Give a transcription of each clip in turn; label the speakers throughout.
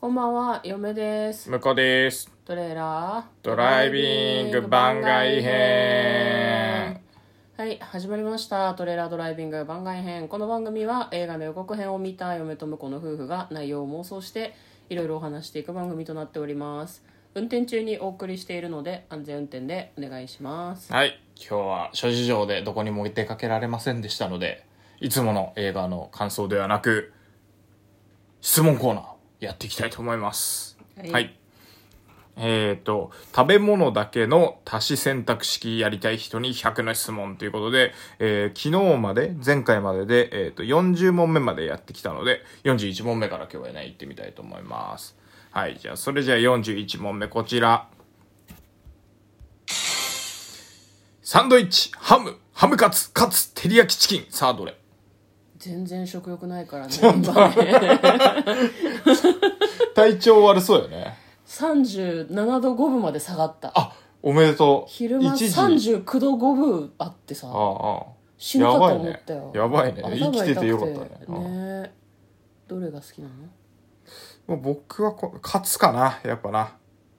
Speaker 1: こんばんは、嫁です。
Speaker 2: 向こうです
Speaker 1: トレーラード
Speaker 2: ドライビング番外編
Speaker 1: はい、始まりました。トレーラードライビング番外編。この番組は映画の予告編を見た嫁と婿の夫婦が内容を妄想していろいろお話していく番組となっております。運転中にお送りしているので安全運転でお願いします。
Speaker 2: はい今日は諸事情でどこにも出かけられませんでしたのでいつもの映画の感想ではなく質問コーナーやっていきたいと思います
Speaker 1: はい
Speaker 2: えっ、と食べ物だけの足し選択式やりたい人に100の質問ということで、えー昨日まで前回までで、えー、と40問目までやってきたので41問目から今日はね行ってみたいと思いますはいじゃあそれじゃあ41問目こちらサンドイッチハムハムカツカツ照り焼きチキンさあどれ
Speaker 1: 全然食欲ないからね。今ね
Speaker 2: 体調悪そうよね
Speaker 1: 37度5分まで下がった。
Speaker 2: あおめでとう
Speaker 1: 昼間
Speaker 2: 一時
Speaker 1: 39度5分あってさ。
Speaker 2: ああああ
Speaker 1: 死ぬかと思ったよ
Speaker 2: やばいねやばいね
Speaker 1: 頭
Speaker 2: 生きててよかったね
Speaker 1: 痛くてねどれが好きなの
Speaker 2: もう僕はこカツかなやっぱな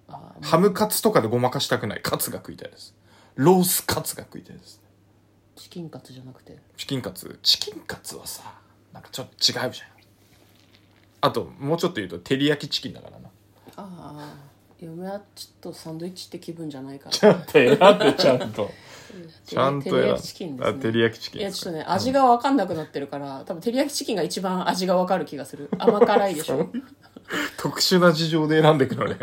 Speaker 1: あ
Speaker 2: ハムカツとかでごまかしたくないカツが食いたいですロースカツが食いたいです
Speaker 1: チキンカツじゃなくて
Speaker 2: チキンカツチキンカツはさなんかちょっと違うじゃんあともうちょっと言うと照り焼きチキンだからな
Speaker 1: あ あ嫁はちょっとサンドイッチって気分じゃないから
Speaker 2: ちゃんと選んでちゃんとちゃんと
Speaker 1: 照り焼きチキ
Speaker 2: 選
Speaker 1: ン
Speaker 2: ん
Speaker 1: で
Speaker 2: だあ
Speaker 1: すね
Speaker 2: 照り焼きチキン
Speaker 1: いやちょっとね
Speaker 2: ね
Speaker 1: 味が分かんなくなってるから多分照り焼きチキンが一番味が分かる気がする甘辛いでしょ
Speaker 2: 特殊な事情で選んでくの ね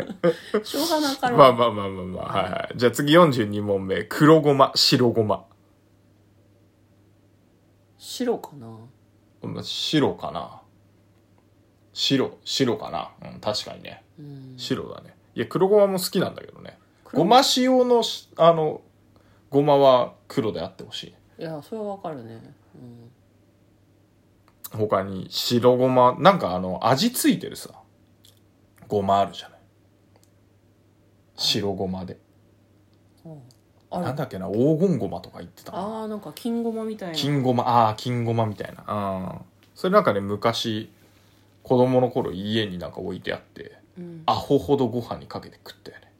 Speaker 1: しょうがなから
Speaker 2: まあまあまあまあまあはいはいじゃあ次42問目黒ごま白ごま
Speaker 1: 白かな
Speaker 2: うん白かな白白かなうん確かにね
Speaker 1: うん
Speaker 2: 白だねいや黒ごまも好きなんだけどね
Speaker 1: 黒
Speaker 2: ごま塩のしあのごまは黒であってほしい
Speaker 1: いやそれは分かるねうん
Speaker 2: 他に白ごまなんかあの味ついてるさごまあるじゃない白ごまで
Speaker 1: あ
Speaker 2: なん
Speaker 1: れ
Speaker 2: だっけな黄金ごまとか言ってたな
Speaker 1: あーなんか金ごまみたいな
Speaker 2: 金ごまああー金ごまみたいなうんそれなんかね昔子供の頃家になんか置いてあって
Speaker 1: うん
Speaker 2: アホほどご飯にかけて食ったよね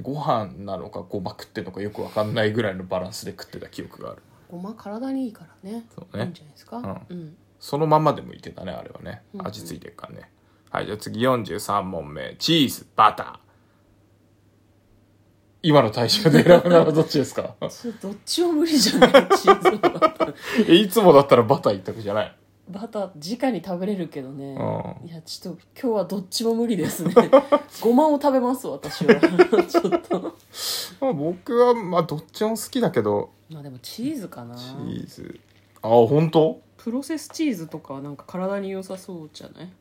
Speaker 2: ご飯なのかごま食ってんのかよくわかんないぐらいのバランスで食ってた記憶がある
Speaker 1: ごま体にいいからね
Speaker 2: そう
Speaker 1: いいん
Speaker 2: ね
Speaker 1: じゃないですかうん
Speaker 2: そのままでもいけたねあれはね
Speaker 1: うん
Speaker 2: 味ついてるからね、はいじゃあ次43問目チーズバター今の対象で選ぶならどっちですか
Speaker 1: それどっちも無理じゃないチーズバター
Speaker 2: え いつもだったらバター一択じゃない
Speaker 1: バター直に食べれるけどね
Speaker 2: う
Speaker 1: いやちょっと今日はどっちも無理 ですねごまを食べます私は ちょっと
Speaker 2: まあ僕はまあどっちも好きだけど
Speaker 1: まあでもチーズかな
Speaker 2: チーズああ本当
Speaker 1: プロセスチーズとかはなんか体に良さそうじゃない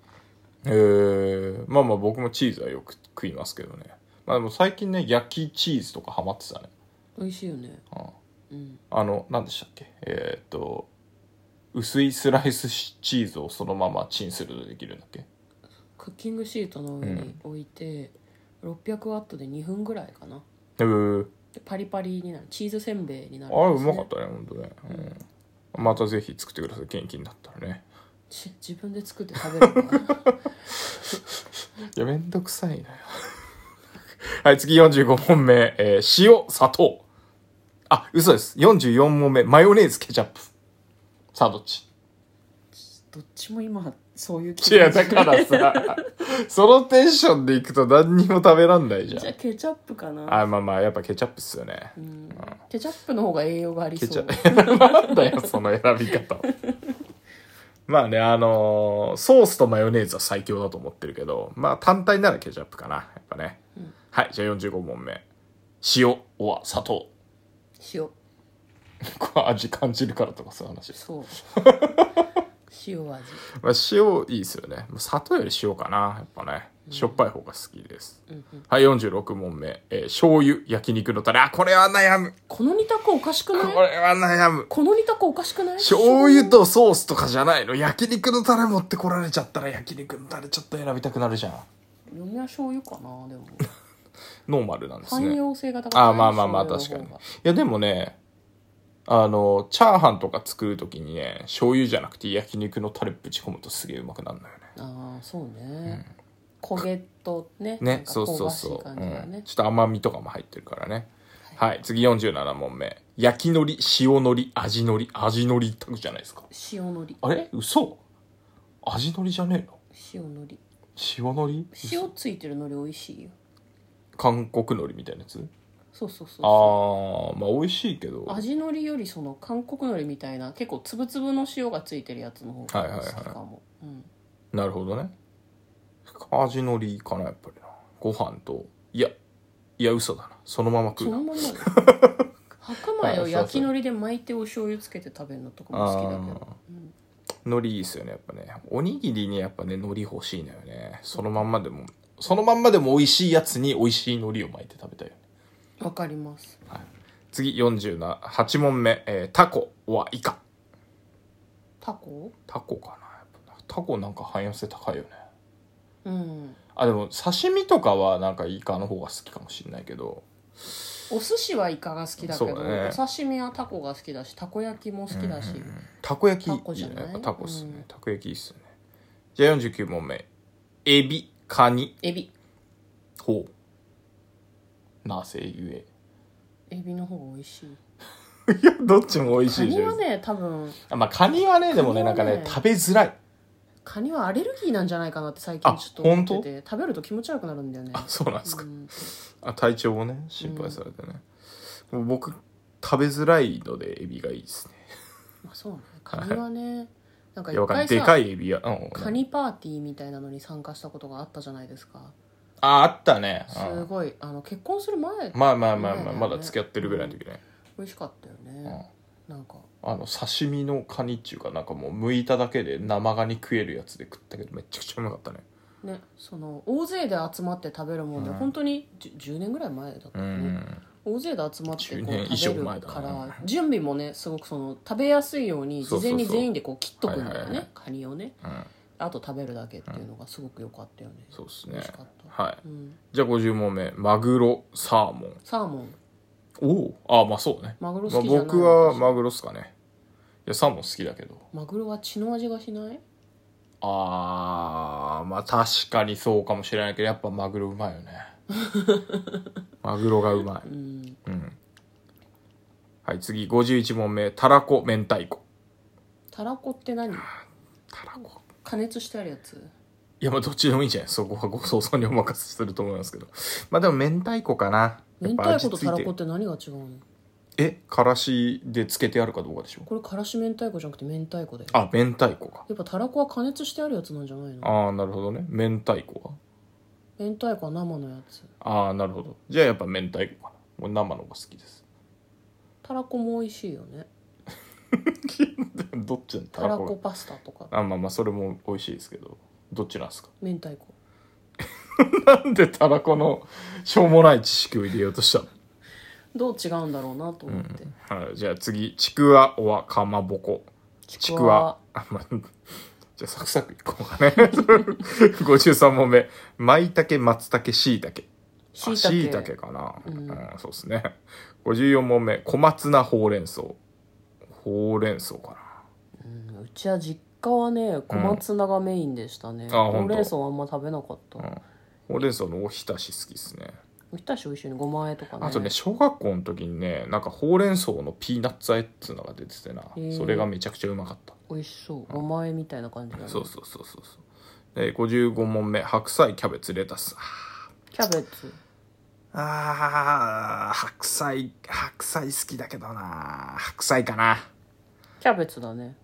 Speaker 2: えー、まあまあ僕もチーズはよく食いますけどねまあでも最近ね焼きチーズとかハマってたね
Speaker 1: 美味しいよね
Speaker 2: うん
Speaker 1: うん
Speaker 2: あの何でしたっけえー、っと薄いスライスチーズをそのままチンするとできるんだっけ
Speaker 1: クッキングシートの上に置いて、600ワットで2分ぐらいかな
Speaker 2: えー、
Speaker 1: でパリパリになるチーズせんべいになるん
Speaker 2: あれう
Speaker 1: ですね
Speaker 2: まかったねほんとね、うん、またぜひ作ってください元気になったらね
Speaker 1: ち自分で作って食べる のかない
Speaker 2: やめんどくさいな はい次45問目、えー塩砂糖あ嘘です44問目マヨネーズケチャップさあどっち
Speaker 1: どっちも今そういう
Speaker 2: いや、だからさ、そのテンションでいくと何にも食べらんないじゃん
Speaker 1: じゃ。あケチャップかな
Speaker 2: あ、まあまあ、やっぱケチャップっすよね。
Speaker 1: うんケチャップの方が栄養があり
Speaker 2: ケチ
Speaker 1: そ
Speaker 2: ャ
Speaker 1: う
Speaker 2: ップ。 なんだよ、その選び方。まあね、あのーソースとマヨネーズは最強だと思ってるけど、まあ単体ならケチャップかな。やっぱね。はい、じゃあ45問目。塩、おわ、砂糖。
Speaker 1: 塩
Speaker 2: これ味感じるからとかそういう話です。
Speaker 1: そう塩味
Speaker 2: まあ塩いいですよね。砂糖より塩かな。やっぱね。しょっぱい方が好きです。
Speaker 1: うんうん
Speaker 2: はい、46問目。えー醤油、焼肉のタレ。あ、これは悩む。
Speaker 1: この2択おかしく
Speaker 2: こ
Speaker 1: ない
Speaker 2: れは悩む。
Speaker 1: この2択おかしくない
Speaker 2: 醤油とソースとかじゃないの。焼肉のタレ持ってこられちゃったら焼肉のタレちょっと選びたくなるじゃん。
Speaker 1: 読みは醤油かなでも
Speaker 2: ノーマルなんです
Speaker 1: 汎
Speaker 2: ね。
Speaker 1: 用性が高くない
Speaker 2: あーまあまあまあ確か
Speaker 1: 醤
Speaker 2: に。い
Speaker 1: 油の方が
Speaker 2: やでもね、あの、チャーハンとか作るときにね、醤油じゃなくて焼肉のタレぶち込むとすげえうまくなるのよね。
Speaker 1: ああそうね、焦げとね
Speaker 2: ね、そうそうそう、
Speaker 1: なんか香ばしい感じが
Speaker 2: うん
Speaker 1: ね、
Speaker 2: ちょっと甘みとかも入ってるからね。はい、次47問目。焼き海苔、塩海苔、味海苔、味海苔一択じゃないですか。
Speaker 1: 塩のり
Speaker 2: あれ嘘味海苔じゃねえの
Speaker 1: 塩のり
Speaker 2: 塩海苔
Speaker 1: 塩ついてるのり美味しいよ
Speaker 2: 韓国海苔みたいなやつ
Speaker 1: そうそうそう
Speaker 2: あ
Speaker 1: そ
Speaker 2: ー、まあ美味しいけど
Speaker 1: う。味のりよりその韓国のりみたいな結構つぶつぶの塩がついてるやつの方
Speaker 2: はい
Speaker 1: が
Speaker 2: はい
Speaker 1: 好
Speaker 2: はい
Speaker 1: きかもうん
Speaker 2: なるほどね。味海苔かな、やっぱりな。ご飯と、いや、いや嘘だな。そのまま食
Speaker 1: そうの
Speaker 2: な。
Speaker 1: まま白 米を焼きのりで巻いてお醤油つけて食べるのとかも好きだけど
Speaker 2: あー海苔いいっすよねやっぱねおにぎりにやっぱね海苔欲しいのよねそのまんまでもそのまんまでも美味しいやつに美味しい海苔を巻いて食べたいよね
Speaker 1: わかります
Speaker 2: 次48問目、えータコはイカ
Speaker 1: タコ
Speaker 2: タコかなやっぱなタコなんか汎用性高いよね
Speaker 1: うん
Speaker 2: あでも刺身とかはなんかイカの方が好きかもしれないけど
Speaker 1: お寿司はイカが好きだけど、
Speaker 2: そうだね
Speaker 1: お刺身はタコが好きだしたこ焼きも好きだし、
Speaker 2: たこ焼きい
Speaker 1: タコ
Speaker 2: い
Speaker 1: じゃ
Speaker 2: ね
Speaker 1: ない
Speaker 2: やっぱタコっすね、
Speaker 1: うん
Speaker 2: たこ焼きいいっすねじゃあ49問目エビカニ
Speaker 1: エビ
Speaker 2: ほうなぜゆえ
Speaker 1: エビの方が美味しい
Speaker 2: いや、どっちも美味
Speaker 1: カ
Speaker 2: しい
Speaker 1: ニ
Speaker 2: じゃ
Speaker 1: は
Speaker 2: ん。
Speaker 1: ね多分
Speaker 2: あまあ、カニはね、でもね、
Speaker 1: カニ
Speaker 2: な
Speaker 1: は
Speaker 2: ん
Speaker 1: ね
Speaker 2: かね、食べづらい。
Speaker 1: カニはアレルギーなんじゃないかなって最近ちょっと
Speaker 2: あ
Speaker 1: 思ってて食べると気持ち悪くなるんだよね
Speaker 2: あ、そうなんですか
Speaker 1: う。ん
Speaker 2: あ、体調をね、心配されてね。もう僕、食べづらいので、エビがいいですね。
Speaker 1: まあそうねカニはね、なんか
Speaker 2: いや、
Speaker 1: 一
Speaker 2: わかんない
Speaker 1: 回
Speaker 2: でか
Speaker 1: さ
Speaker 2: いエビは。うん。
Speaker 1: カニパーティーみたいなのに参加したことがあったじゃないですか
Speaker 2: あ、あったね。
Speaker 1: す
Speaker 2: うん
Speaker 1: ごいあの結婚する前
Speaker 2: まあまあまあ
Speaker 1: ね
Speaker 2: まあ、
Speaker 1: ね
Speaker 2: まだ付き合ってるぐらいの時ね。
Speaker 1: 美味しかったよね、なんか
Speaker 2: あの、刺身のカニっていうか、なんかもう、剥いただけで生ガニ食えるやつで食ったけど、めちゃくちゃうまかったね。
Speaker 1: ねその大勢で集まって食べるもんで、本当に 10, 10年ぐらい前だったか
Speaker 2: う
Speaker 1: な、
Speaker 2: ん。
Speaker 1: 大勢で集まって
Speaker 2: 10
Speaker 1: こ
Speaker 2: 年
Speaker 1: う
Speaker 2: 以上
Speaker 1: 食べる
Speaker 2: 前だな
Speaker 1: から準備もねすごくその食べやすいように
Speaker 2: そう
Speaker 1: 事
Speaker 2: そうそう
Speaker 1: 前に全員でこう切っとくんだ
Speaker 2: はい
Speaker 1: よ
Speaker 2: はいはい
Speaker 1: ねカニをね
Speaker 2: うん。
Speaker 1: あと食べるだけっていうのがすごく良かったよね
Speaker 2: そうです
Speaker 1: 美
Speaker 2: ね
Speaker 1: 味しかっ。た
Speaker 2: はい。
Speaker 1: うん
Speaker 2: じゃあ50問目。マグロ、サーモン。
Speaker 1: サーモン
Speaker 2: おおあまあそうね
Speaker 1: マグロ
Speaker 2: ま
Speaker 1: 好
Speaker 2: あ、
Speaker 1: きじゃない
Speaker 2: 僕はマグロっすかねいやサーモン好きだけど
Speaker 1: マグロは血の味がしない
Speaker 2: あーまあ確かにそうかもしれないけどやっぱマグロうまい よねマグロがうまい
Speaker 1: うん
Speaker 2: はい次51問目たらこ明太子
Speaker 1: たらこって何
Speaker 2: たらこ
Speaker 1: 加熱してあるやつ
Speaker 2: いやまあどっちでもいいんじゃないそこはご想像にお任せすると思いますけどまあでも明太子かなや
Speaker 1: 明
Speaker 2: っぱ
Speaker 1: 太
Speaker 2: 味
Speaker 1: 子と
Speaker 2: 付
Speaker 1: た
Speaker 2: い
Speaker 1: ら
Speaker 2: て
Speaker 1: こっ
Speaker 2: る
Speaker 1: て何が違うの
Speaker 2: えからしで漬けてあるかどうかでしょ
Speaker 1: これからし明太子じゃなくて明太子だよ
Speaker 2: あ明太子か
Speaker 1: やっぱたらこは加熱してあるやつなんじゃないの
Speaker 2: ああなるほどね明太子は
Speaker 1: 明太子は生のやつ
Speaker 2: ああなるほどじゃあやっぱ明太子かなもう生の方が好きです
Speaker 1: たらこも美味しいよね
Speaker 2: どっちのた
Speaker 1: た
Speaker 2: ら
Speaker 1: ら
Speaker 2: こ
Speaker 1: こ
Speaker 2: が
Speaker 1: パスタとか
Speaker 2: あまあまあそれも美味しいですけどどっちなんですか
Speaker 1: 明太子
Speaker 2: なんでたらこのしょうもない知識を入れようとしたの
Speaker 1: どう違うんだろうなと思って、
Speaker 2: はいじゃあ次ちくわおはかまぼこちくわあまあ じゃあサクサクいこうかね 53問目まいたけ松茸しいたけ
Speaker 1: しい
Speaker 2: しい
Speaker 1: た
Speaker 2: た
Speaker 1: け
Speaker 2: けかな、う
Speaker 1: うんん
Speaker 2: そうですね54問目小松菜ほうれん草ほうれん草かな
Speaker 1: うんうちは実家はね小松菜がメインでしたね、
Speaker 2: あほんと
Speaker 1: ほうれん草はあんま食べなかった、
Speaker 2: んほうれん草のおひたし好きですね
Speaker 1: おひたし美味しいねごまあえとかね
Speaker 2: あとね小学校の時にねなんかほうれん草のピーナッツあえっつうのが出ててな
Speaker 1: へー
Speaker 2: それがめちゃくちゃうまかった
Speaker 1: 美味しそうごまあえみたいな感じだね
Speaker 2: そうそうそうそうそうで55問目白菜キャベツレタス
Speaker 1: キャベツ
Speaker 2: あー白菜白菜好きだけどな白菜かな
Speaker 1: キャベツだね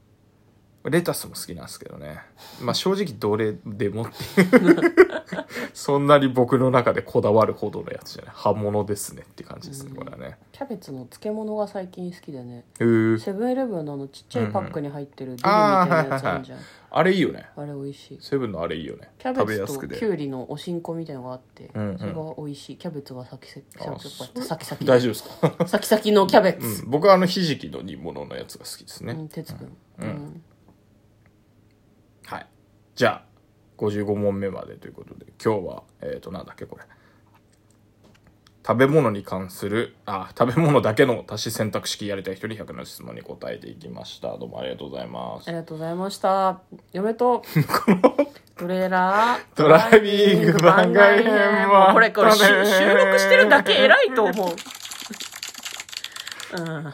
Speaker 2: レタスも好きなんですけどねまあ正直どれでもっていう そんなに僕の中でこだわるほどのやつじゃない刃物ですねって感じですねこれはね
Speaker 1: キャベツの漬物が最近好きでね
Speaker 2: へー
Speaker 1: セブンイレブンのあのちっちゃいパックに入ってるディルみたい
Speaker 2: あー
Speaker 1: なやつあるじゃん、
Speaker 2: あれいいよね
Speaker 1: あれ美味しい
Speaker 2: セブンのあれいいよね
Speaker 1: キャ
Speaker 2: 食べ
Speaker 1: ベ
Speaker 2: や
Speaker 1: ツ
Speaker 2: すく
Speaker 1: と
Speaker 2: て
Speaker 1: きゅうりのおしんこみたいのがあって、
Speaker 2: うんうん
Speaker 1: それが美味しいキャベツが先々先
Speaker 2: あ
Speaker 1: 々先々
Speaker 2: 大丈夫ですか、
Speaker 1: 先々のキャベツ、
Speaker 2: うん、僕はあのひじきの煮物のやつが好きですね、
Speaker 1: うん、哲くん、うん、
Speaker 2: はいじゃあ55問目までということで今日はえっ、となんだっけこれ食べ物に関するあ食べ物だけの足し選択式やりたい人に100の質問に答えていきましたどうもありがとうございます
Speaker 1: ありがとうございました嫁とトレーラー
Speaker 2: ドライビング番外編もあったね
Speaker 1: これこれ収収録してるだけ偉いと思ううん